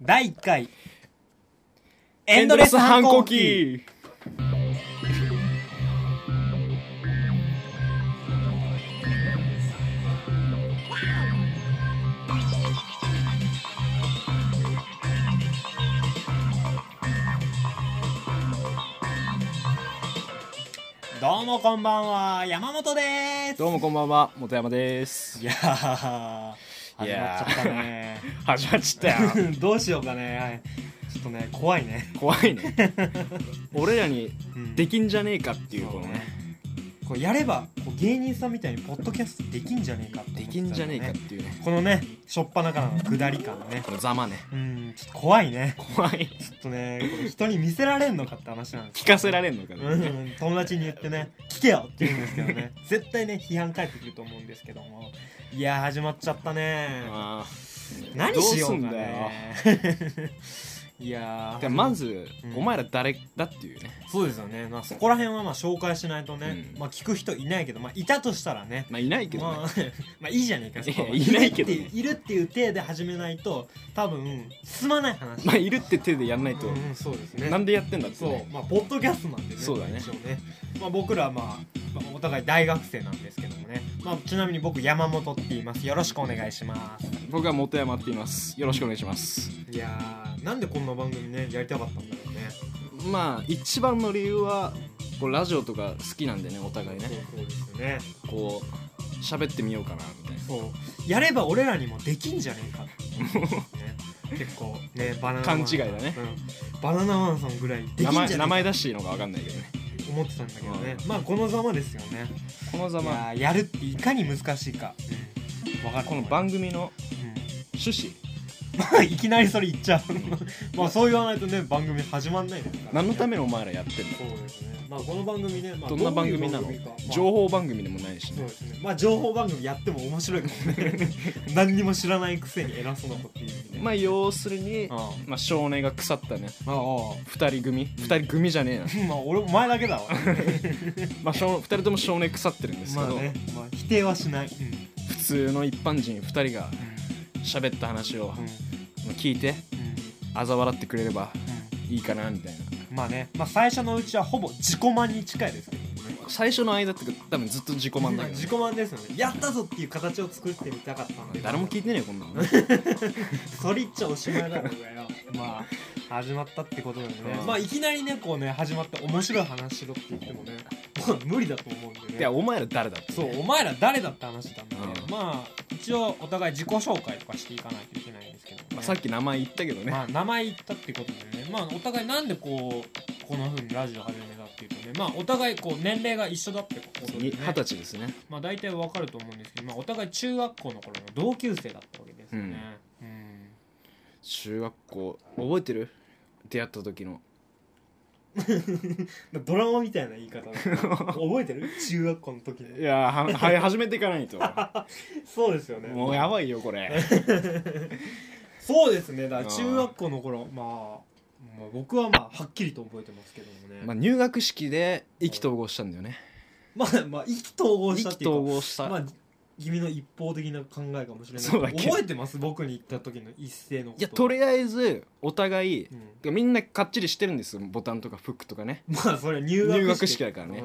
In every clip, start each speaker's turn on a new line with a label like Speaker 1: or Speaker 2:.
Speaker 1: 第1回
Speaker 2: エ
Speaker 1: エ
Speaker 2: ン
Speaker 1: ン
Speaker 2: ド
Speaker 1: ド
Speaker 2: レ
Speaker 1: レ
Speaker 2: ス
Speaker 1: ス反
Speaker 2: 反抗
Speaker 1: 抗期
Speaker 2: 期
Speaker 1: どうもこんばんは山本です
Speaker 2: どうもこんばんは本山です
Speaker 1: いやー
Speaker 2: い
Speaker 1: 始ま
Speaker 2: やー
Speaker 1: っちゃったね
Speaker 2: 始まっちゃったよ
Speaker 1: どうしようかねはいちょっとね怖いね
Speaker 2: 怖いね俺らに
Speaker 1: うん
Speaker 2: できんじゃねえかっていう
Speaker 1: そう
Speaker 2: このね
Speaker 1: こうやればこう芸人さんみたいにポッドキャストできんじゃねえかって思って
Speaker 2: で
Speaker 1: た
Speaker 2: きんじゃねえかっ
Speaker 1: ね
Speaker 2: ていうね
Speaker 1: このねしょっぱなからの下り感ね
Speaker 2: このざまね
Speaker 1: うんちょっと怖いね
Speaker 2: 怖い
Speaker 1: ちょっとねこれ人に見せられんのかって話なんです
Speaker 2: 聞かせられんのか
Speaker 1: う
Speaker 2: ね
Speaker 1: ん、友達に言ってね「聞けよ!」って言うんですけどね絶対ね批判返ってくると思うんですけどもいやー始まっちゃったね
Speaker 2: あ
Speaker 1: 何しようか
Speaker 2: どう
Speaker 1: ねいや
Speaker 2: あ
Speaker 1: ー
Speaker 2: でまず
Speaker 1: うん
Speaker 2: お前ら誰だっていうね
Speaker 1: そうですよね、まあ、そこら辺はまあ紹介しないとね、
Speaker 2: うん
Speaker 1: まあ、聞く人いないけど、まあ、いたとしたらね
Speaker 2: まあいないけどね
Speaker 1: まあ、まあいいじゃねえかそこはい
Speaker 2: やいないけどね
Speaker 1: いるっているっていう体で始めないと多分進まない話
Speaker 2: まあいるって手でやんないと
Speaker 1: うん、そうですね
Speaker 2: なんでやってんだって
Speaker 1: そう
Speaker 2: ね、
Speaker 1: まあ、ポッドキャストなんでね、
Speaker 2: そうだね
Speaker 1: 一応ねまあ、僕らは、まあ、まあお互い大学生なんですけどもね、まあ、ちなみに僕、山本って言います。よろしくお願いします。
Speaker 2: 僕は本山って言いますよろしくお願いします
Speaker 1: いやー、なんでこんな番組ね、やりたかったんだろうね。
Speaker 2: まあ一番の理由はこうラジオとか好きなんでねお互いね
Speaker 1: そうそうですよね。
Speaker 2: こう喋ってみようかなみたいな
Speaker 1: そう、やれば俺らにもできんじゃねえか って、ね。結構ね、バナナマンさん
Speaker 2: 勘違いだね
Speaker 1: うんバナナマンさんぐらいできんじ
Speaker 2: 名
Speaker 1: ゃね
Speaker 2: 前
Speaker 1: え
Speaker 2: 名前
Speaker 1: か
Speaker 2: 出していいのか分かんないけどね
Speaker 1: 思ってたんだけどね。まあ、このざまですよね。
Speaker 2: このざ
Speaker 1: い
Speaker 2: ま
Speaker 1: やーやるっていかに難しいか。わかる
Speaker 2: この番組の
Speaker 1: うん
Speaker 2: 趣旨
Speaker 1: まあ いきなりそれ言っちゃうまあそう言わないとね番組始まんないですから
Speaker 2: 何のためにお前らやってんの
Speaker 1: そうですねまあこの番組ね、まあ、
Speaker 2: どんな番組なの
Speaker 1: どういう番組か
Speaker 2: 情報番組でもないし
Speaker 1: そう
Speaker 2: ね
Speaker 1: ですねまあ情報番組やっても面白いかも ね何にも知らないくせに偉そうなこと言うみたいな
Speaker 2: まあ要するに
Speaker 1: あ
Speaker 2: まあ少年が腐ったね
Speaker 1: あああ
Speaker 2: 2人組2人組じゃねえ な
Speaker 1: まあ俺お前だけだ わ
Speaker 2: まあ2人とも少年腐ってるんですけ
Speaker 1: まあ
Speaker 2: ど
Speaker 1: ね、まあ、否定はしない、うん
Speaker 2: 普通の一般人2人が喋った話
Speaker 1: う
Speaker 2: を
Speaker 1: んうん
Speaker 2: まあ聞いて嘲笑ってくれればいいかなみたいな
Speaker 1: うんまあね、まあ、最初のうちはほぼ自己満に近いですけどね
Speaker 2: 最初の間ってか多分ずっと自己満だけどね
Speaker 1: 自己満ですよねやったぞっていう形を作ってみたかったんだけど
Speaker 2: 誰も聞いてねえよこんな のね
Speaker 1: それ言っちゃおしまいだろうがよまあ始まったってことなんでね
Speaker 2: うん
Speaker 1: まあいきなりねこうね始まって面白い話しろって言ってもねもう無理だと思うん
Speaker 2: い
Speaker 1: で
Speaker 2: や
Speaker 1: ね
Speaker 2: お前ら誰だって
Speaker 1: そうお前ら誰だって話したんだけど、
Speaker 2: うん
Speaker 1: まあ一応お互い自己紹介とかしていかないといけないんですけど、ね
Speaker 2: まあさっき名前言ったけどね
Speaker 1: まあ名前言ったってことでねまあお互いなんでこうこんな風にラジオ始めたっていうとねまあお互いこう年齢が一緒だってことで、
Speaker 2: に
Speaker 1: ね、
Speaker 2: 二十歳ですね
Speaker 1: まあ大体わかると思うんですけど、まあ、お互い中学校の頃の同級生だったわけですよね、うん
Speaker 2: 中学校覚えてる出会った時の
Speaker 1: ドラマみたいな言い方 覚えてる中学校の時
Speaker 2: いやはは始めていかない と
Speaker 1: そうですよね
Speaker 2: もうやばいよこれ
Speaker 1: そうですねだから中学校の頃まあ、まあ、僕はまあはっきりと覚えてますけどもね
Speaker 2: まあ入学式で意気投合したんだよね
Speaker 1: まあまあ意気投合
Speaker 2: 意
Speaker 1: したっ
Speaker 2: 気
Speaker 1: ていうか
Speaker 2: 投合した、
Speaker 1: まあ君の一方的な考えかもしれない
Speaker 2: そうだっけ
Speaker 1: 覚えてます僕に言った時の一斉のこと
Speaker 2: いやとりあえずお互い
Speaker 1: うん
Speaker 2: みんなかっちりしてるんですよボタンとかフックとかね
Speaker 1: まあそれは入
Speaker 2: 入
Speaker 1: 学
Speaker 2: 学
Speaker 1: 式
Speaker 2: 式だからね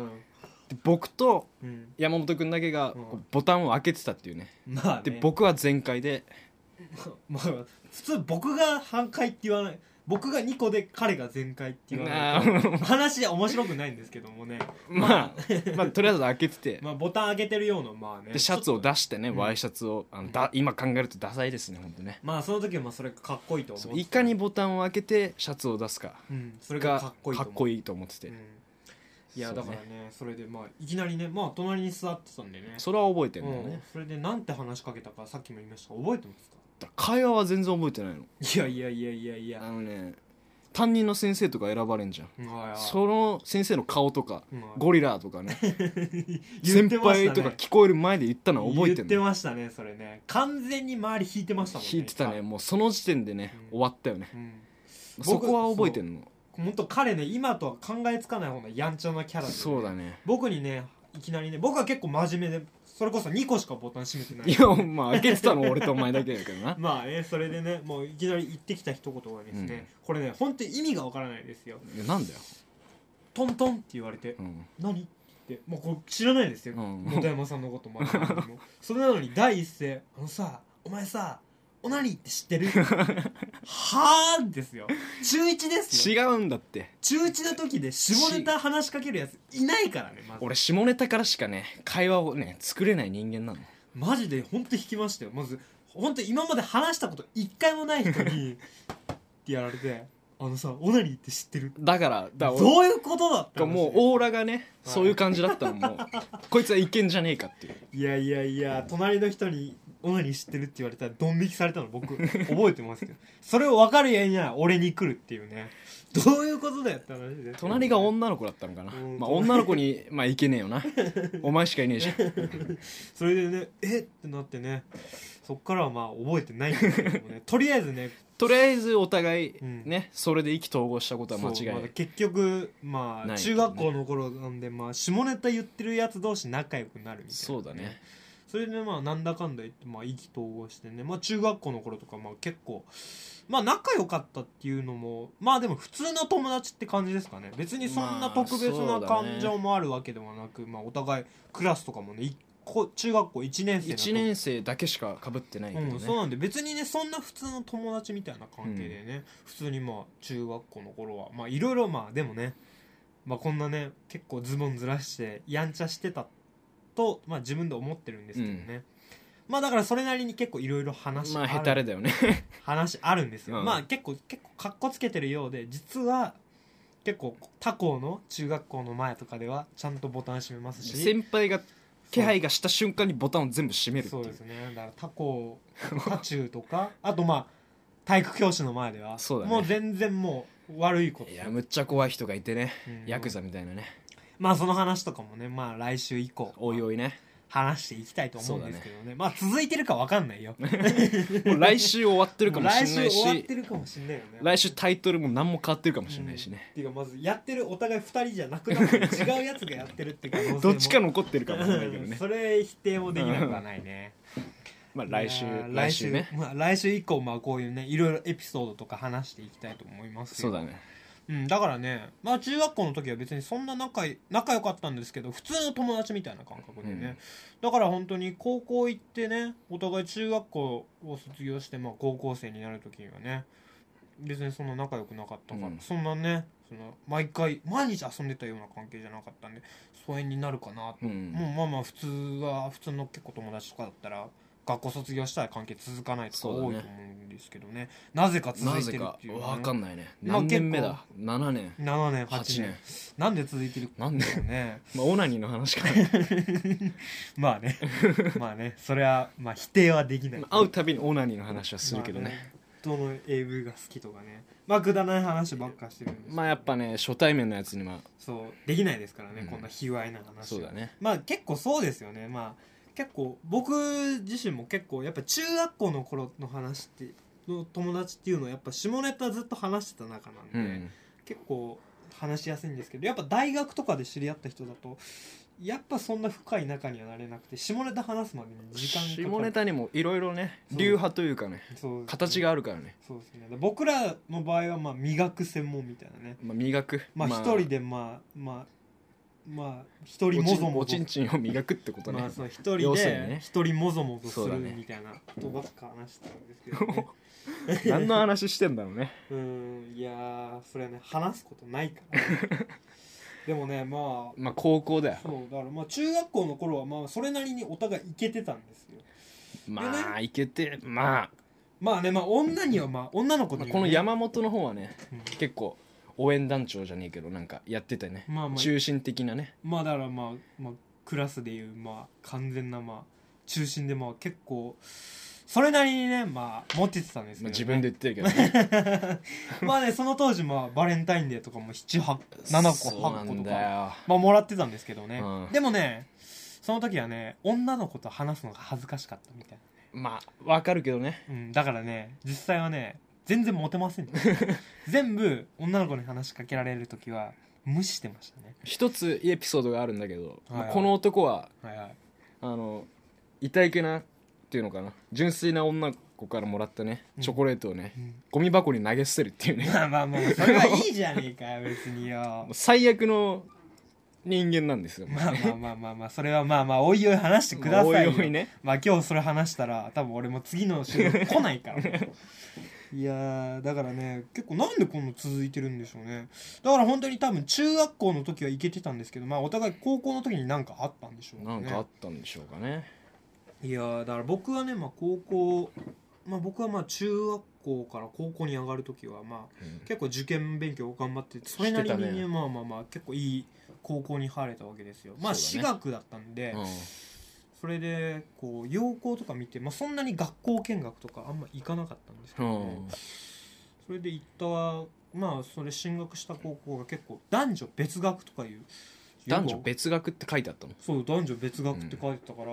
Speaker 2: で僕と
Speaker 1: うんうん
Speaker 2: 山本君だけ
Speaker 1: う
Speaker 2: が
Speaker 1: ん
Speaker 2: こうボタンを開けてたっていうね
Speaker 1: まあ、ね、
Speaker 2: で僕は全開で
Speaker 1: まあ普通僕が半回って言わない僕が2個で彼が全開って言わないと話面白くないんですけども ね
Speaker 2: まあまあとりあえず開けてて
Speaker 1: まあボタン上げてるようなまあね
Speaker 2: でシャツを
Speaker 1: ちょっ
Speaker 2: 出してね
Speaker 1: うん
Speaker 2: ワイシャツをあのだ今考えるとダサいですね本当ね
Speaker 1: とまあその時はまあそれがかっこいいと思
Speaker 2: そうういかに、ボタンを開けてシャツを出すか
Speaker 1: うん、それが
Speaker 2: が
Speaker 1: か
Speaker 2: か
Speaker 1: っこいいと
Speaker 2: っ
Speaker 1: 思う
Speaker 2: こいいと思ってて
Speaker 1: うんいや
Speaker 2: そう
Speaker 1: だ
Speaker 2: ね
Speaker 1: からねそれでまあいきなりねまあ隣に座ってたんでね
Speaker 2: それは覚えてるんだよ
Speaker 1: うん
Speaker 2: ね、
Speaker 1: それでなんて話しかけたかさっきも言いましたが覚えてますか
Speaker 2: だから会話は全然覚えてないの
Speaker 1: いやいやいやいやい
Speaker 2: あ
Speaker 1: や
Speaker 2: のね担任の先生とか選ばれんじゃんその先生の顔とか
Speaker 1: ご
Speaker 2: ゴリラとか ね先輩とか聞こえる前で言ったのは覚えて
Speaker 1: 言って
Speaker 2: る
Speaker 1: ましたねそれね完全に周り引いてましたもんね
Speaker 2: 引いてたね、もうその時点でね
Speaker 1: うん
Speaker 2: 終わったよね
Speaker 1: うん、僕
Speaker 2: そこは覚えてんの
Speaker 1: ほんと彼ね今とは考えつかないほどやんちゃなキャラで、
Speaker 2: そうだね
Speaker 1: 僕にねいきなりね僕は結構真面目でそれこそ2個しかボタン閉めてない
Speaker 2: いやまあ開けてたの俺とお前だけだけどな
Speaker 1: まあえーそれでねもういきなり言ってきた一言がですね、
Speaker 2: うん
Speaker 1: これね本当に意味がわからないですよ
Speaker 2: いやなんだよ、
Speaker 1: トントンって言われて
Speaker 2: うん、
Speaker 1: 「何?」ってもうこう知らないですよ、
Speaker 2: うん
Speaker 1: 野田山さんのこと もあの何もそれなのに第一声「あのさお前さおなりって知 ってる? 」はーんですよ中1ですよ
Speaker 2: 違うんだって
Speaker 1: 中1の時で下ネタ話しかけるやついないからねまず
Speaker 2: 俺下ネタからしかね会話をね作れない人間なの
Speaker 1: マジで本当引きましたよまず本当今まで話したこと一回もない人 にってやられて「あのさオナニーって知ってる?」
Speaker 2: だからだから
Speaker 1: どういうことだった
Speaker 2: 俺もうオーラがね
Speaker 1: はい
Speaker 2: そういう感じだったのもうこいつは一見じゃねえかっていう
Speaker 1: いやいやいや隣の人に「オナニー知ってる?」って言われたらドン引きされたの僕覚えてますけどそれを分かるやいな俺に来るっていうねどういうことだよって話で
Speaker 2: 隣が女の子だったのかな
Speaker 1: うん
Speaker 2: まあ女の子にまあいけねえよなお前しかいねえじゃん
Speaker 1: それでねえってなってねそっからはまあ覚えてないんですけどもねとりあえずね
Speaker 2: とりあえずお互い
Speaker 1: うん
Speaker 2: ねそれで意気投合したことは間違い
Speaker 1: そう
Speaker 2: な
Speaker 1: まだ
Speaker 2: い
Speaker 1: 結局ま
Speaker 2: な
Speaker 1: あ
Speaker 2: い
Speaker 1: 中学校の頃なんで、まあ、下ネタ言ってるやつ同士仲良くなるみたいな
Speaker 2: そうだね
Speaker 1: それでまあなんだかんだ言ってまあ意気投合してね、まあ、中学校の頃とかまあ結構まあ仲良かったっていうのもまあでも普通の友達って感じですかね別にそんな特別
Speaker 2: まあ
Speaker 1: な
Speaker 2: そうだね
Speaker 1: 感情もあるわけではなく、まあお互いクラスとかもね一個中学校1年生の時
Speaker 2: 1年生だけしかかぶってないけど
Speaker 1: うん、そう
Speaker 2: ね
Speaker 1: なんで別にねそんな普通の友達みたいな関係でね、普通にまあ中学校の頃はまあいろいろまあでもね、まあ、こんなね結構ズボンずらしてやんちゃしてたと、まあ、自分で思ってるんですけどね、まあだからそれなりに結構いろいろ話
Speaker 2: まあ
Speaker 1: あ
Speaker 2: ヘ
Speaker 1: る
Speaker 2: タレだよね
Speaker 1: 話あるんですよ、
Speaker 2: うん
Speaker 1: まあ結構結構かっこつけてるようで実は結構他校の中学校の前とかではちゃんとボタン閉めますし
Speaker 2: 先輩が気配がした瞬間にボタンを全部閉めるってい
Speaker 1: そうで
Speaker 2: う
Speaker 1: すねだから他校他中とか あとまあ体育教師の前では
Speaker 2: そうだね
Speaker 1: もう全然もう悪いこと
Speaker 2: いやむっちゃ怖い人がいてね
Speaker 1: うん
Speaker 2: ヤクザみたいなね
Speaker 1: まあその話とかもねまあ来週以降
Speaker 2: おいおいね
Speaker 1: 話していきたいと思うんですけどねまあ続いてるかわかんないよ
Speaker 2: もう来週終わってるかもし
Speaker 1: 来
Speaker 2: れな
Speaker 1: 週
Speaker 2: い
Speaker 1: 終わっ
Speaker 2: して
Speaker 1: るかもしんないよね
Speaker 2: 来週タイトルも何も変わってるかもしれないしね
Speaker 1: っていうかまずやってるお互い二人じゃなくなって違うやつがやってるっていう可能性も
Speaker 2: どっちか残ってるかもしれないけど
Speaker 1: うん
Speaker 2: ね
Speaker 1: それ否定もできなくはないね
Speaker 2: まあ来週
Speaker 1: いやー
Speaker 2: 来週ね
Speaker 1: まあ、来週以降まあこういうねいろいろエピソードとか話していきたいと思います
Speaker 2: そう
Speaker 1: よ
Speaker 2: だね
Speaker 1: うん、だからね、まあ、中学校の時は別にそんな仲い仲良かったんですけど普通の友達みたいな感覚でね、だから本当に高校行ってねお互い中学校を卒業して、まあ、高校生になる時にはね別にそんな仲良くなかったから、
Speaker 2: うん
Speaker 1: そんなねその毎回毎日遊んでたような関係じゃなかったんで疎遠になるかな
Speaker 2: う
Speaker 1: も
Speaker 2: ん
Speaker 1: うまあまあ普通は普通の結構友達とかだったら学校卒業したら関係続かないとか
Speaker 2: そうだ
Speaker 1: 多
Speaker 2: ね
Speaker 1: いと思うんですけどねなぜか続
Speaker 2: ない
Speaker 1: て
Speaker 2: ぜ
Speaker 1: る
Speaker 2: か
Speaker 1: っていう、ね、
Speaker 2: 分かんないね
Speaker 1: まあ
Speaker 2: 何年目だ7年
Speaker 1: 7年8
Speaker 2: 8
Speaker 1: 年
Speaker 2: 年
Speaker 1: なんで続いてる
Speaker 2: なんで
Speaker 1: か ね
Speaker 2: まあオナニーの話 から
Speaker 1: まあねまあねそれはまあ否定はできない
Speaker 2: 会うたびにオナニーの話はするけど
Speaker 1: まあ
Speaker 2: ね
Speaker 1: どの AV が好きとかねまあくだらない話ばっかしてるんです
Speaker 2: まあやっぱね初対面のやつには
Speaker 1: そうできないですからね、
Speaker 2: うん
Speaker 1: こんな卑猥な話は
Speaker 2: そうだね
Speaker 1: まあ結構そうですよねまあ結構僕自身も結構やっぱ中学校の頃の話っての友達っていうのはやっぱ下ネタずっと話してた仲なんで、
Speaker 2: うん
Speaker 1: 結構話しやすいんですけどやっぱ大学とかで知り合った人だとやっぱそんな深い仲にはなれなくて下ネタ話すまでに時間かかる
Speaker 2: 下ネタにもいろいろね
Speaker 1: そう
Speaker 2: 流派というかね
Speaker 1: そう
Speaker 2: 形があるからね
Speaker 1: そうですね僕らの場合はまあ磨く専門みたいなね
Speaker 2: まあ磨く
Speaker 1: まあ一人でまあまあまあ一人もぞもぞ
Speaker 2: おちんちんを磨くってこと
Speaker 1: ま
Speaker 2: ね
Speaker 1: あそう一人
Speaker 2: 要するに
Speaker 1: で
Speaker 2: ね
Speaker 1: 一人もぞもぞす
Speaker 2: そうだ
Speaker 1: る
Speaker 2: ね
Speaker 1: みたいなことばっか話してたんですけど、ね、
Speaker 2: 何の話してんだろうね
Speaker 1: うんいやーそれはね話すことない から、ね、でもねまあ
Speaker 2: まあ高校だよ
Speaker 1: そうだからまあ中学校の頃はまあそれなりにお互いいけてたんですよ
Speaker 2: まあいけてまあ
Speaker 1: まあねまあ女にはまあ女の子
Speaker 2: ま
Speaker 1: にはね
Speaker 2: あこの山本の方はね
Speaker 1: うん
Speaker 2: 結構応援団長じゃねえけどなんかやってたね、
Speaker 1: まあまあ
Speaker 2: 中心的なね
Speaker 1: まあだからまあ、まあ、クラスでいうまあ完全なまあ中心でまあ結構それなりにねまあ持っててたんですけど、ね、
Speaker 2: まあ自分で言ってるけ どね
Speaker 1: まあねその当時まあバレンタインデーとかも7八7
Speaker 2: そう
Speaker 1: 個
Speaker 2: な
Speaker 1: 8個
Speaker 2: ん
Speaker 1: と
Speaker 2: だ
Speaker 1: か
Speaker 2: よ
Speaker 1: まあもらってたんですけどね、
Speaker 2: うん
Speaker 1: でもねその時はね女の子と話すのが恥ずかしかったみたい
Speaker 2: まあわかるけどね
Speaker 1: な、うん、だからね実際はね全然モテませんで した全部女の子に話しかけられる時は無視してましたね
Speaker 2: 一つエピソードがあるんだけど、
Speaker 1: はいはい
Speaker 2: この男は
Speaker 1: はいはい
Speaker 2: あのいたいけなっていうのかな純粋な女の子からもらったねチョコレートをね、
Speaker 1: うん
Speaker 2: ゴミ箱に投げ捨てるっていうね
Speaker 1: まあまあまあそれはいいじゃねえかよ別によ
Speaker 2: もう最悪の人間なんですよ、
Speaker 1: まあまあまあまあまあそれはまあまあおいおい話してくださいよ
Speaker 2: まあおいおいね
Speaker 1: まあ今日それ話したら多分俺も次の収 録来ないからねいやーだからね結構なんでこんな続いてるんでしょうねだから本当に多分中学校の時は行けてたんですけどまあお互い高校の時になんかあったんでしょうね
Speaker 2: なんかあったんでしょうかね
Speaker 1: いやーだから僕はねまあ高校まあ僕はまあ中学校から高校に上がる時はまあ
Speaker 2: うん
Speaker 1: 結構受験勉強を頑張っててそれなりにね
Speaker 2: してたね
Speaker 1: まあまあまあ結構いい高校に入れたわけですよまあ
Speaker 2: そ
Speaker 1: 私
Speaker 2: うだね
Speaker 1: 学だったんで、
Speaker 2: うん
Speaker 1: それでこう洋校とか見て、まあ、そんなに学校見学とかあんま行かなかったんですけど、ね
Speaker 2: うん
Speaker 1: それで行ったまあそれ進学した高校が結構男女別学とかいう
Speaker 2: 男女
Speaker 1: よく
Speaker 2: 別学って書いてあったの
Speaker 1: そう男女別学って書いてたから、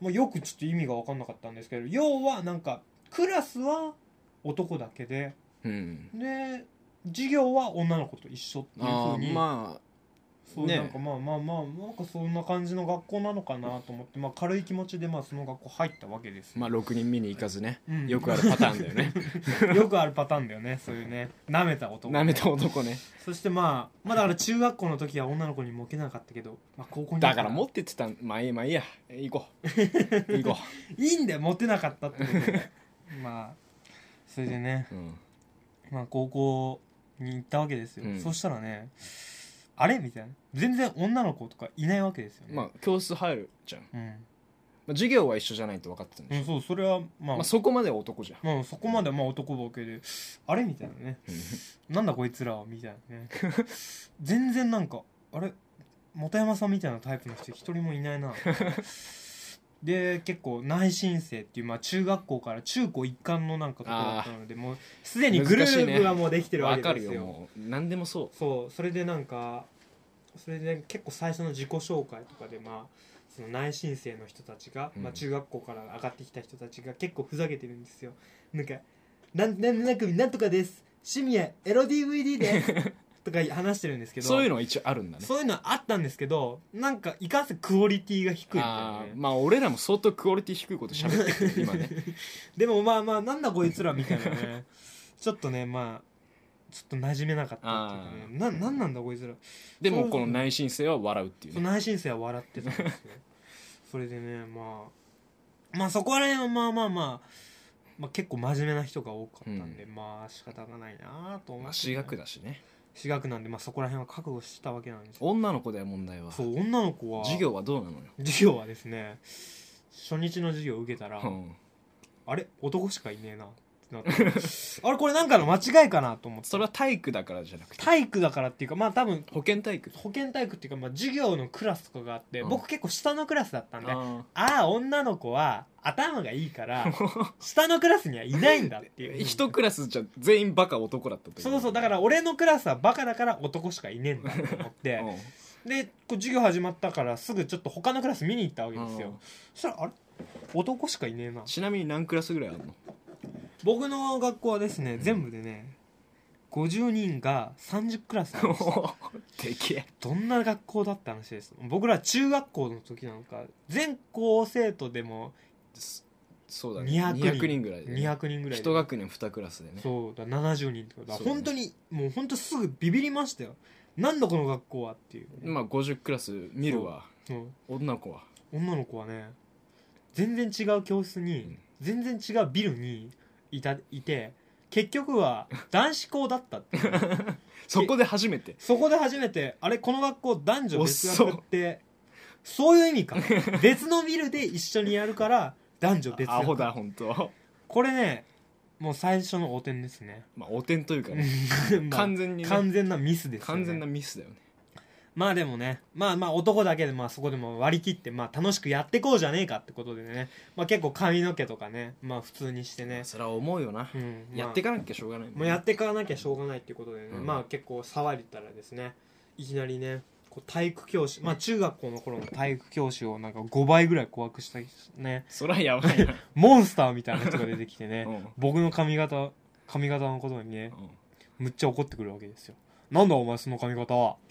Speaker 1: まあ、よくちょっと意味が分かんなかったんですけど要はなんかクラスは男だけで
Speaker 2: うん
Speaker 1: で授業は女の子と一緒っていうふ
Speaker 2: あ
Speaker 1: うに
Speaker 2: ーま
Speaker 1: そう
Speaker 2: ね
Speaker 1: なんかまあまあまあなんかそんな感じの学校なのかなと思って、まあ、軽い気持ちでまあその学校入ったわけです
Speaker 2: あまあ6人見に行かずね
Speaker 1: うん
Speaker 2: よくあるパターンだよね
Speaker 1: よくあるパターンだよね そういうね舐めた男
Speaker 2: 舐めた男ね
Speaker 1: そしてまあまあだから中学校の時は女の子にモテなかったけど、まあ、高校にな
Speaker 2: だ
Speaker 1: った
Speaker 2: から持ってってたんまあいいまあいいや行こ う行こ
Speaker 1: いいんだよモテなかったってこと でまあそれでね、
Speaker 2: う、うん、
Speaker 1: まあ、高校に行ったわけですよ、
Speaker 2: うん
Speaker 1: そしたらねあれみたいな全然女の子とかいないわけですよね、
Speaker 2: まあ教室入るじゃん、ま
Speaker 1: うん
Speaker 2: あ、授業は一緒じゃないって分かってたんで
Speaker 1: う
Speaker 2: しょ、
Speaker 1: ん、そうそれはまあ、
Speaker 2: まあ、そこまでは男じゃん
Speaker 1: まあ、そこまではまあ男ばっかりであれみたいなねなんだこいつらはみたいなね全然なんかあれ本山さんみたいなタイプの人一人もいないなで結構内申生っていう、まあ、中学校から中高一貫のなんかところだったのでもうすでにグル
Speaker 2: 難しい
Speaker 1: ー
Speaker 2: ね
Speaker 1: プはもうできてるわけ
Speaker 2: 分か
Speaker 1: です
Speaker 2: る
Speaker 1: よ
Speaker 2: よもう何でもそ
Speaker 1: そうそれでなんかそれで結構最初の自己紹介とかでまあその内申生の人たちが、
Speaker 2: うん
Speaker 1: まあ、中学校から上がってきた人たちが結構ふざけてるんですよなんか「なんなんなん組なんとかです趣味やエロ DVD です」 とか話してるんですけ
Speaker 2: う
Speaker 1: ど
Speaker 2: そういう
Speaker 1: の
Speaker 2: のは一応あるんだね
Speaker 1: そういうのあったんですけどなんかいかんせんクオリティが低いみたい
Speaker 2: あ
Speaker 1: な
Speaker 2: ー
Speaker 1: ね
Speaker 2: まあ俺らも相当クオリティ低いこと喋ってるけど 今ね
Speaker 1: でもまあまあなんだこいつらみたいなねちょっとねまあちょっと馴染めなかったっていうかねななんなんだこいつら
Speaker 2: でもこの内申性は笑うっていう
Speaker 1: そ
Speaker 2: ね
Speaker 1: の内申生は笑ってたんですよ それでねまあまあそこら辺はまあまあまあまあ、結構真面目な人が多かったんで、まあ仕方がないなと思
Speaker 2: ま
Speaker 1: っ
Speaker 2: あ
Speaker 1: て
Speaker 2: 私学だしね
Speaker 1: 私学なんで、まあ、そこら辺は覚悟してたわけなんですよ
Speaker 2: 女の子だよ問題は
Speaker 1: そう女の子は
Speaker 2: 授業はどうなのよ
Speaker 1: 授業はですね初日の授業を受けたら、
Speaker 2: うん
Speaker 1: あれ男しかいねえなってなって あれこれなんかの間違いかなと思って
Speaker 2: それは体育だからじゃなくて
Speaker 1: 体育だからっていうかまあ多分
Speaker 2: 保健体育
Speaker 1: 保健体育っていうか、まあ、授業のクラスとかがあって、
Speaker 2: うん
Speaker 1: 僕結構下のクラスだったんで
Speaker 2: あ
Speaker 1: ああ女の子は頭がいいから下のクラスにはいないんだって いう
Speaker 2: ー 一クラスじゃ全員バカ男だったとい
Speaker 1: そうそうだから俺のクラスはバカだから男しかいねえんだと思って
Speaker 2: うん
Speaker 1: でこう授業始まったからすぐちょっと他のクラス見に行ったわけです
Speaker 2: う
Speaker 1: よ
Speaker 2: ん
Speaker 1: そしたらあれ男しかいねえな
Speaker 2: ちなみに何クラスぐらいあるの
Speaker 1: 僕の学校はですね全部でね50人が30クラスあるん ですよ
Speaker 2: でけえ
Speaker 1: どんな学校だった話です僕ら中学校の時なんか全校生徒でも
Speaker 2: そそうだね
Speaker 1: 200人
Speaker 2: ぐらいでね
Speaker 1: 200人ぐらいで
Speaker 2: 一学年二クラスでね
Speaker 1: そうだ70人ってことだ
Speaker 2: そうだね
Speaker 1: 本当にもう本当すぐビビりましたよなんだこの学校はっていう、
Speaker 2: まあ50クラス見るわ
Speaker 1: うん
Speaker 2: 女の子は
Speaker 1: 女の子はね全然違う教室に、
Speaker 2: うん
Speaker 1: 全然違うビルにいたいて結局 は男子校だったっていうね
Speaker 2: そこで初めて
Speaker 1: そこで初めてあれこの学校男女別
Speaker 2: おっ
Speaker 1: 学
Speaker 2: そ
Speaker 1: ってそういう意味か別のビルで一緒にやるから男女別
Speaker 2: アホ
Speaker 1: 学
Speaker 2: だ本当。
Speaker 1: これねもう最初の汚点ですね、
Speaker 2: まあ汚点というかね
Speaker 1: まあ
Speaker 2: 完全にね
Speaker 1: 完全なミスですよね
Speaker 2: 完全なミスだよね
Speaker 1: まあでもね、まあまあ男だけでまあそこでも割り切ってまあ楽しくやってこうじゃねえかってことでね、まあ結構髪の毛とかね、まあ普通にしてね、
Speaker 2: それは思うよな
Speaker 1: うん、まあ
Speaker 2: やっていかなきゃしょうがないもんね
Speaker 1: もうやっていかなきゃしょうがないっていうことでね、
Speaker 2: うん
Speaker 1: まあ結構騒いでたらですね、いきなりね、こう体育教師、まあ中学校の頃の体育教師をなんか5倍ぐらい怖くしたね、
Speaker 2: それはやばいな
Speaker 1: モンスターみたいな人が出てきて
Speaker 2: う
Speaker 1: ね、
Speaker 2: んうん
Speaker 1: 僕の髪型、髪型のことにね、むっちゃ怒ってくるわけですよ。なんだお前その髪型は
Speaker 2: う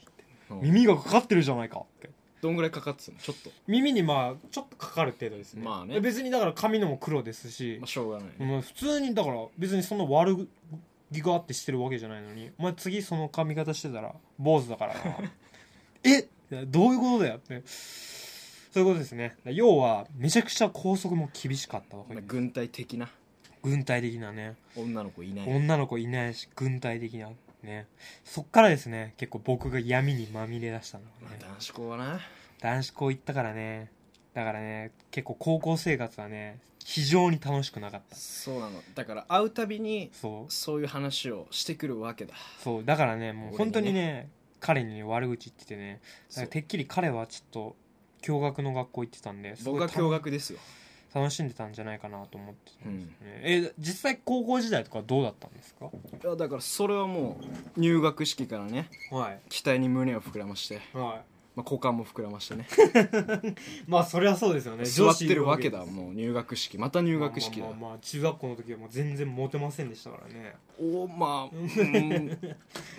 Speaker 2: ん
Speaker 1: 耳がかかってるじゃないかって
Speaker 2: どんぐらいかかってたのちょっと
Speaker 1: 耳にまあちょっとかかる程度ですね,、
Speaker 2: まあね
Speaker 1: で別にだから髪のも黒ですし、
Speaker 2: まあしょうがない、
Speaker 1: お前普通にだから別にそんな悪気があってしてるわけじゃないのにお前次その髪型してたら坊主だ からなえどういうことだよってそういうことですね要はめちゃくちゃ拘束も厳しかったわけ
Speaker 2: まあ軍隊的な
Speaker 1: 軍隊的なね
Speaker 2: 女の子いない
Speaker 1: 女の子いないし軍隊的なねそっからですね結構僕が闇にまみれ出したの
Speaker 2: ま
Speaker 1: がね
Speaker 2: あ男子校はな
Speaker 1: 男子校行ったからねだからね結構高校生活はね非常に楽しくなかった
Speaker 2: そうなのだから会うたびに
Speaker 1: そう
Speaker 2: そういう話をしてくるわけだ
Speaker 1: そうだからねもう本当に
Speaker 2: 俺
Speaker 1: ね彼に悪口言っててねだから
Speaker 2: そう
Speaker 1: てっきり彼はちょっと共学の学校行ってたんですごい
Speaker 2: 僕は
Speaker 1: 楽
Speaker 2: 驚愕ですよ
Speaker 1: 楽しんでたんじゃないかなと思ってたんですよね、
Speaker 2: う
Speaker 1: え実際高校時代とかどうだったんですか
Speaker 2: いやだからそれはもう入学式からね
Speaker 1: はい
Speaker 2: 期待に胸を膨らまして、
Speaker 1: は
Speaker 2: まあ、股間も膨らましてね
Speaker 1: いまあそりゃそうですよね
Speaker 2: 座ってるわけだ
Speaker 1: 女子い
Speaker 2: もう入学式また入学式だ
Speaker 1: まあまあまあまあ中学校の時はもう全然モテませんでしたからね
Speaker 2: おまあ、うん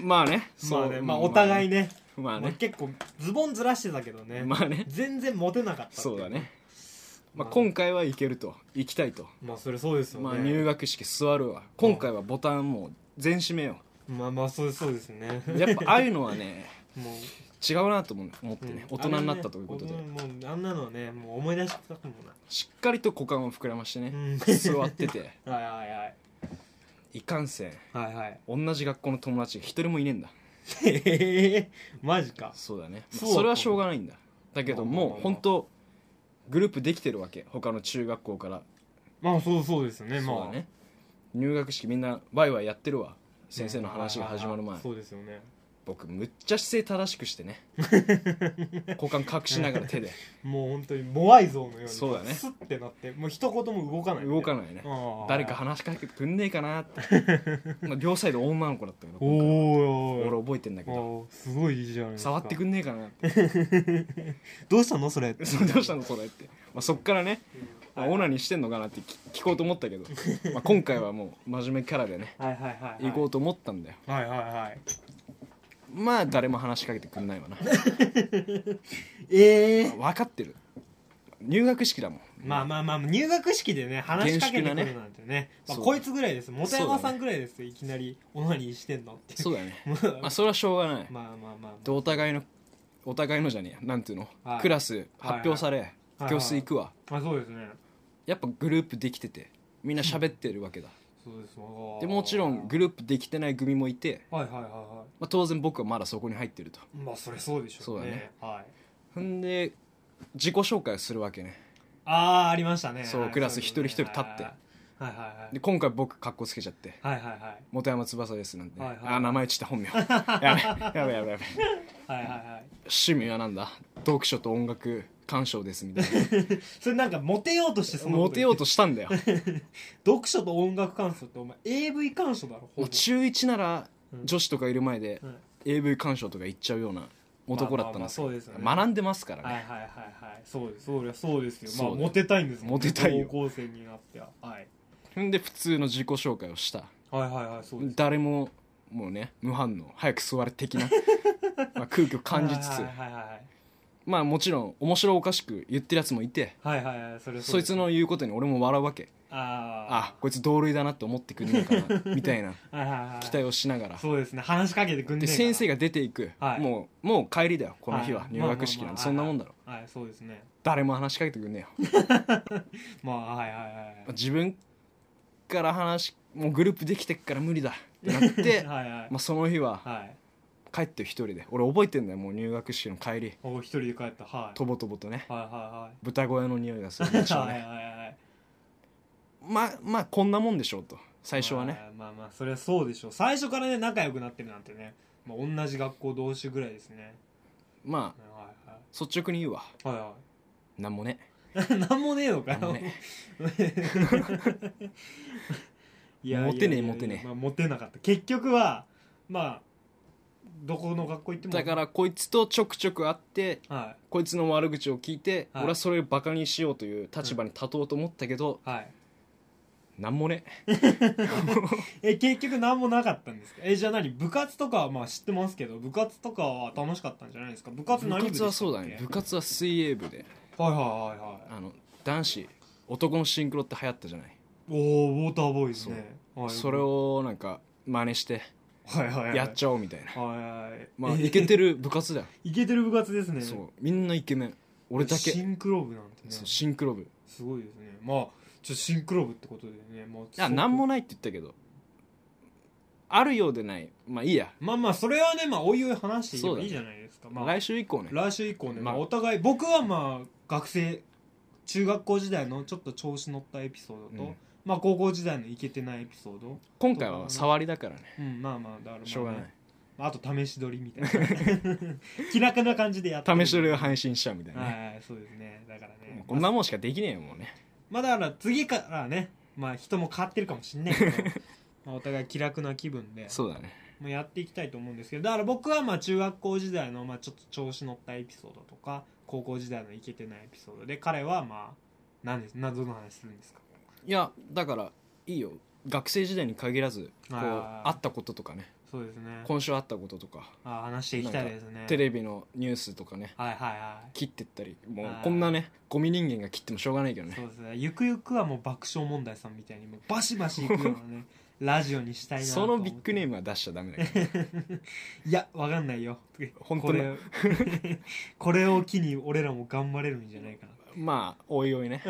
Speaker 2: まあね
Speaker 1: まあねまあお互い
Speaker 2: ね
Speaker 1: ね,、
Speaker 2: まあ
Speaker 1: まあ
Speaker 2: ね
Speaker 1: 結構ズボンずらしてたけどね、
Speaker 2: まあね
Speaker 1: 全然モテなかったってい
Speaker 2: そうだねまあ
Speaker 1: まあ
Speaker 2: 今回は行けると行きたいと
Speaker 1: まあそれそうですよね、
Speaker 2: まあ入学式座るわ今回はボタンもう全閉めよ
Speaker 1: まあまあそうですそうですね
Speaker 2: うやっぱああいうのはね
Speaker 1: もう
Speaker 2: 違うなと思う思ってね
Speaker 1: うん
Speaker 2: 大人になったということで
Speaker 1: あれねもうもうあんなのねもう思い出したくもな
Speaker 2: しっかりと股間を膨らましてね
Speaker 1: い、うん、
Speaker 2: 座ってて
Speaker 1: はいはいはい
Speaker 2: いかんせん
Speaker 1: はいはい
Speaker 2: 同じ学校の友達が一人もいねえんだ
Speaker 1: へえ マジか
Speaker 2: そうだねまあ
Speaker 1: そうだ
Speaker 2: それはしょうがないんだだけど
Speaker 1: まあまあ
Speaker 2: も
Speaker 1: まあ
Speaker 2: う本当グループできてるわけ他の中学校から
Speaker 1: まあそうそうですよね
Speaker 2: そう
Speaker 1: ま
Speaker 2: だ
Speaker 1: あ
Speaker 2: ね入学式みんなワイワイやってるわ先生の話が始まる前
Speaker 1: そうですよね
Speaker 2: 僕むっちゃ姿勢正しくして ね股間隠しながら手で
Speaker 1: もう本当にモアイ像のように
Speaker 2: そうだね
Speaker 1: スッてなってもう一言も動かない、
Speaker 2: 動か
Speaker 1: ない
Speaker 2: ないね誰か話しかけてくんねえかなって まあ両サイド女の子だったけど
Speaker 1: おー
Speaker 2: 今
Speaker 1: お
Speaker 2: 回俺
Speaker 1: ー
Speaker 2: 覚えてんだけど
Speaker 1: おーすごいいいじゃないですか
Speaker 2: 触ってくんねえかなって
Speaker 1: どうしたのそれ
Speaker 2: それどうしたのそれって、まあ、そっからねまあオナニーしてんのかなって聞聞こうと思ったけど、まあ、今回はもう真面目キャラでね
Speaker 1: はいはいはい
Speaker 2: 行こうと思ったんだよ
Speaker 1: うはいはいはい
Speaker 2: まあ誰も話しかけてくんないわな
Speaker 1: ええ
Speaker 2: 分かってる入学式だもん
Speaker 1: まあまあまあ入学式でね話しかけてくるなんてねまあ、
Speaker 2: そう
Speaker 1: こいつぐらいです元山
Speaker 2: そうだ
Speaker 1: さ
Speaker 2: ね
Speaker 1: んぐらいですよいきなりオナニーしてんのって
Speaker 2: そうだよね
Speaker 1: ま
Speaker 2: まあそれはしょうがない
Speaker 1: あまあまあま
Speaker 2: でお互いのお互いのじゃねえやなんていうの、
Speaker 1: はい
Speaker 2: クラス発表され、
Speaker 1: はい
Speaker 2: 教室行くわ、
Speaker 1: ああそうですね
Speaker 2: やっぱグループできててみんな喋ってるわけだ、
Speaker 1: そうですわ
Speaker 2: でもちろんグループできてない組もいて、
Speaker 1: はいはいはいは
Speaker 2: まあ、当然僕はまだそこに入ってると
Speaker 1: いまあそれそうでしょうね
Speaker 2: そうだね
Speaker 1: はい
Speaker 2: ほんで自己紹介をするわけね
Speaker 1: ああありましたね
Speaker 2: そう
Speaker 1: はい
Speaker 2: クラス
Speaker 1: い
Speaker 2: 一人一人立って
Speaker 1: はいはいはい
Speaker 2: で今回僕格好つけちゃって
Speaker 1: はいはいはい
Speaker 2: 「本山翼です」なんて、
Speaker 1: はいはい
Speaker 2: あ名前ちった本 名やべやべやべやべ
Speaker 1: はいはいはい
Speaker 2: 趣味はなんだ読書と音楽鑑賞ですみたい
Speaker 1: それなんかモテようとして
Speaker 2: な
Speaker 1: その
Speaker 2: モテようとした んだよ
Speaker 1: 読書と音楽鑑賞ってお前 AV 鑑賞だろほ
Speaker 2: も
Speaker 1: ぼ
Speaker 2: う中1なら
Speaker 1: うん
Speaker 2: 女子とかいる前で
Speaker 1: うん
Speaker 2: AV 鑑賞とか行っちゃうような男だったんですよ
Speaker 1: まあまあまあそうですよね
Speaker 2: 学んでますから
Speaker 1: はいは
Speaker 2: ね
Speaker 1: いはいはいそうですそうですそうですよ
Speaker 2: そう
Speaker 1: まあ
Speaker 2: だよ
Speaker 1: モテたいんですもんね
Speaker 2: モテたいよ
Speaker 1: 高校生になっては、はい、
Speaker 2: んで普通の自己紹介をした
Speaker 1: はいはいはいそうです
Speaker 2: 誰ももうね無反応早く座れ的 なまあ空気を感じつ
Speaker 1: は
Speaker 2: つ
Speaker 1: いはいはい
Speaker 2: まあもちろん面白おかしく言ってるやつもいて
Speaker 1: はいはいはいはいそれ
Speaker 2: そいつの言うことに俺も笑うわけあ
Speaker 1: あ
Speaker 2: こいつ同類だなって思ってくれるのか なみたいな
Speaker 1: あはいはいはい
Speaker 2: 期待をしながら
Speaker 1: そうですね話しかけてくんね
Speaker 2: で
Speaker 1: えかな
Speaker 2: 先生が出ていく、
Speaker 1: はい
Speaker 2: もうもう帰りだよこの日は、
Speaker 1: い
Speaker 2: 入学式なんて
Speaker 1: ま
Speaker 2: そ
Speaker 1: あ
Speaker 2: ん
Speaker 1: ま
Speaker 2: な
Speaker 1: あまあ
Speaker 2: もんだろ、
Speaker 1: はいそうですね
Speaker 2: 誰も話しかけてくんねえよ
Speaker 1: まあはいはいはい
Speaker 2: 自分から話しもうグループできてっから無理だってなって
Speaker 1: はいはい
Speaker 2: まあその日は
Speaker 1: はい
Speaker 2: 帰って一人で俺覚えてんだよもう入学式の帰り
Speaker 1: お一人で帰ったはい
Speaker 2: とぼとぼとね
Speaker 1: はいは
Speaker 2: 豚小屋の匂いがする
Speaker 1: いはい
Speaker 2: 道を
Speaker 1: はい
Speaker 2: ね
Speaker 1: はいはい
Speaker 2: まあまあこんなもんでしょうと最初はね、
Speaker 1: まあまあまあそれはそうでしょう最初からね仲良くなってるなんてね、まあ、同じ学校同士ぐらいですね
Speaker 2: まあ
Speaker 1: はいはい
Speaker 2: 率直に言うわ
Speaker 1: はいは
Speaker 2: なんもね
Speaker 1: い。 なんもねえのか
Speaker 2: なんも
Speaker 1: よ。
Speaker 2: ね
Speaker 1: いやいやいやいや
Speaker 2: モテねえモテねえ
Speaker 1: まあ、モテなかった。結局は、まあ、どこの学校行っても。
Speaker 2: だからこいつとちょくちょく会って
Speaker 1: ら。は
Speaker 2: こいつの悪口を聞いて、
Speaker 1: はい
Speaker 2: 俺はそれをバカにしようという立場に立とうと思ったけど、
Speaker 1: い。はい。
Speaker 2: なんもね
Speaker 1: え結局何もなかったんですかえじゃあ何部活とかはまあ知ってますけど部活とかは楽しかったんじゃないですか部活
Speaker 2: 部
Speaker 1: 何部でした
Speaker 2: 活
Speaker 1: っけ
Speaker 2: はそうだね部活は水泳部で
Speaker 1: はいはいはいはい
Speaker 2: あの男子男のシンクロって流行ったじゃない
Speaker 1: おおウォーターボーイズねはい
Speaker 2: それをなんか真似して
Speaker 1: はいはいはい
Speaker 2: やっちゃおうみたいな
Speaker 1: はいはい
Speaker 2: まあイケて
Speaker 1: る
Speaker 2: る部活だよ
Speaker 1: いけてる部活ですね
Speaker 2: そうみんなイケメン俺だけ
Speaker 1: シンクロ部なんてね
Speaker 2: そうシンクロ部い
Speaker 1: すごいですねまあちょっとシンクロ部ってことでねもう
Speaker 2: やなんもないって言ったけどあるようでないまあいいや
Speaker 1: まあまあそれはねまあおいおい話していけ
Speaker 2: そう
Speaker 1: ば
Speaker 2: だ
Speaker 1: い
Speaker 2: ね
Speaker 1: いじゃないですか、まあ、
Speaker 2: 来週以降ね
Speaker 1: 来週以降ね、
Speaker 2: ま
Speaker 1: ま
Speaker 2: あ
Speaker 1: あ、お互い僕はまあ学生中学校時代のちょっと調子乗ったエピソードと、
Speaker 2: うん
Speaker 1: まあ高校時代のイケてないエピソード
Speaker 2: 今回は触りだからね
Speaker 1: うんまあまあだからまあね
Speaker 2: しょうがない
Speaker 1: あと試し撮りみたいな 気楽な感じでやって
Speaker 2: 試し撮りを
Speaker 1: い
Speaker 2: 配信しちゃうみたいな
Speaker 1: はい
Speaker 2: ね、
Speaker 1: はいそうですねだから
Speaker 2: も
Speaker 1: ね
Speaker 2: うこん
Speaker 1: まあ
Speaker 2: なもんしかできねえよもうね
Speaker 1: まあだから次からねまあ人も変わってるかもしんないけ どまあお互い気楽な気分で
Speaker 2: そうだね
Speaker 1: まあやっていきたいと思うんですけどだから僕はまあ中学校時代のまあちょっと調子乗ったエピソードとか高校時代のイケてないエピソードで彼はまあ何です謎の話するんですか
Speaker 2: いやだからいいよ学生時代に限らずこう
Speaker 1: あー
Speaker 2: 会ったこととかね
Speaker 1: そうですね
Speaker 2: 今週会ったこととか
Speaker 1: あー話していきたいですね
Speaker 2: テレビのニュースとかね
Speaker 1: はいはいは
Speaker 2: 切ってったりもう
Speaker 1: あー
Speaker 2: こんなねゴミ人間が切ってもしょうがないけど
Speaker 1: い
Speaker 2: ね
Speaker 1: そうですねゆくゆくはもう爆笑問題さんみたいにもうバシバシいくような ねラジオにしたいなと
Speaker 2: そ
Speaker 1: 思っ
Speaker 2: の
Speaker 1: て
Speaker 2: ビッグネームは出しちゃダメだけど
Speaker 1: いやわかんないよ
Speaker 2: 本当
Speaker 1: こ
Speaker 2: だ
Speaker 1: れ これを機に俺らも頑張れるんじゃないかな
Speaker 2: まあおいおいね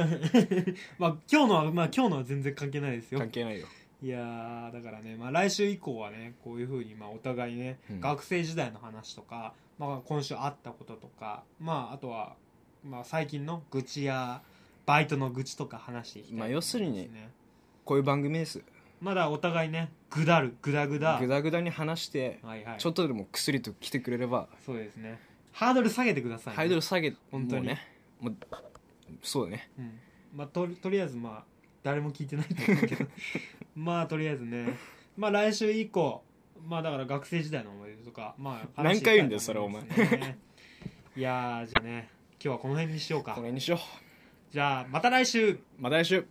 Speaker 1: まあ今日のはまあ今日のは全然関係ないですよ
Speaker 2: 関係ないよ
Speaker 1: いやーだからね、まあ、来週以降はねこういうふうにまあお互いね、
Speaker 2: うん
Speaker 1: 学生時代の話とか、まあ、今週あったこととか、まあ、あとは、まあ、最近の愚痴やバイトの愚痴とか話していきたいと思い
Speaker 2: まあ要
Speaker 1: ます
Speaker 2: す
Speaker 1: ね、
Speaker 2: るにこういう番組です
Speaker 1: まだお互いねぐだるぐだぐだ
Speaker 2: グダグダに話して
Speaker 1: はいはい
Speaker 2: ちょっとでも薬と来てくれれば
Speaker 1: そうですねハードル下げてください、ね
Speaker 2: ハイドル下げ
Speaker 1: 本当に
Speaker 2: もうねもうそうだね
Speaker 1: うんまあ、とりとりあえずまあ誰も聞いてないと思うけ どまあとりあえずねまあ来週以降まあだから学生時代の思い出とかまあ
Speaker 2: 何回言うんだよそれお前
Speaker 1: 話していきたいと思いますねいやーじゃあね今日はこの辺にしよう
Speaker 2: こ
Speaker 1: か
Speaker 2: れにしよ
Speaker 1: じゃあまた来週
Speaker 2: うまた来週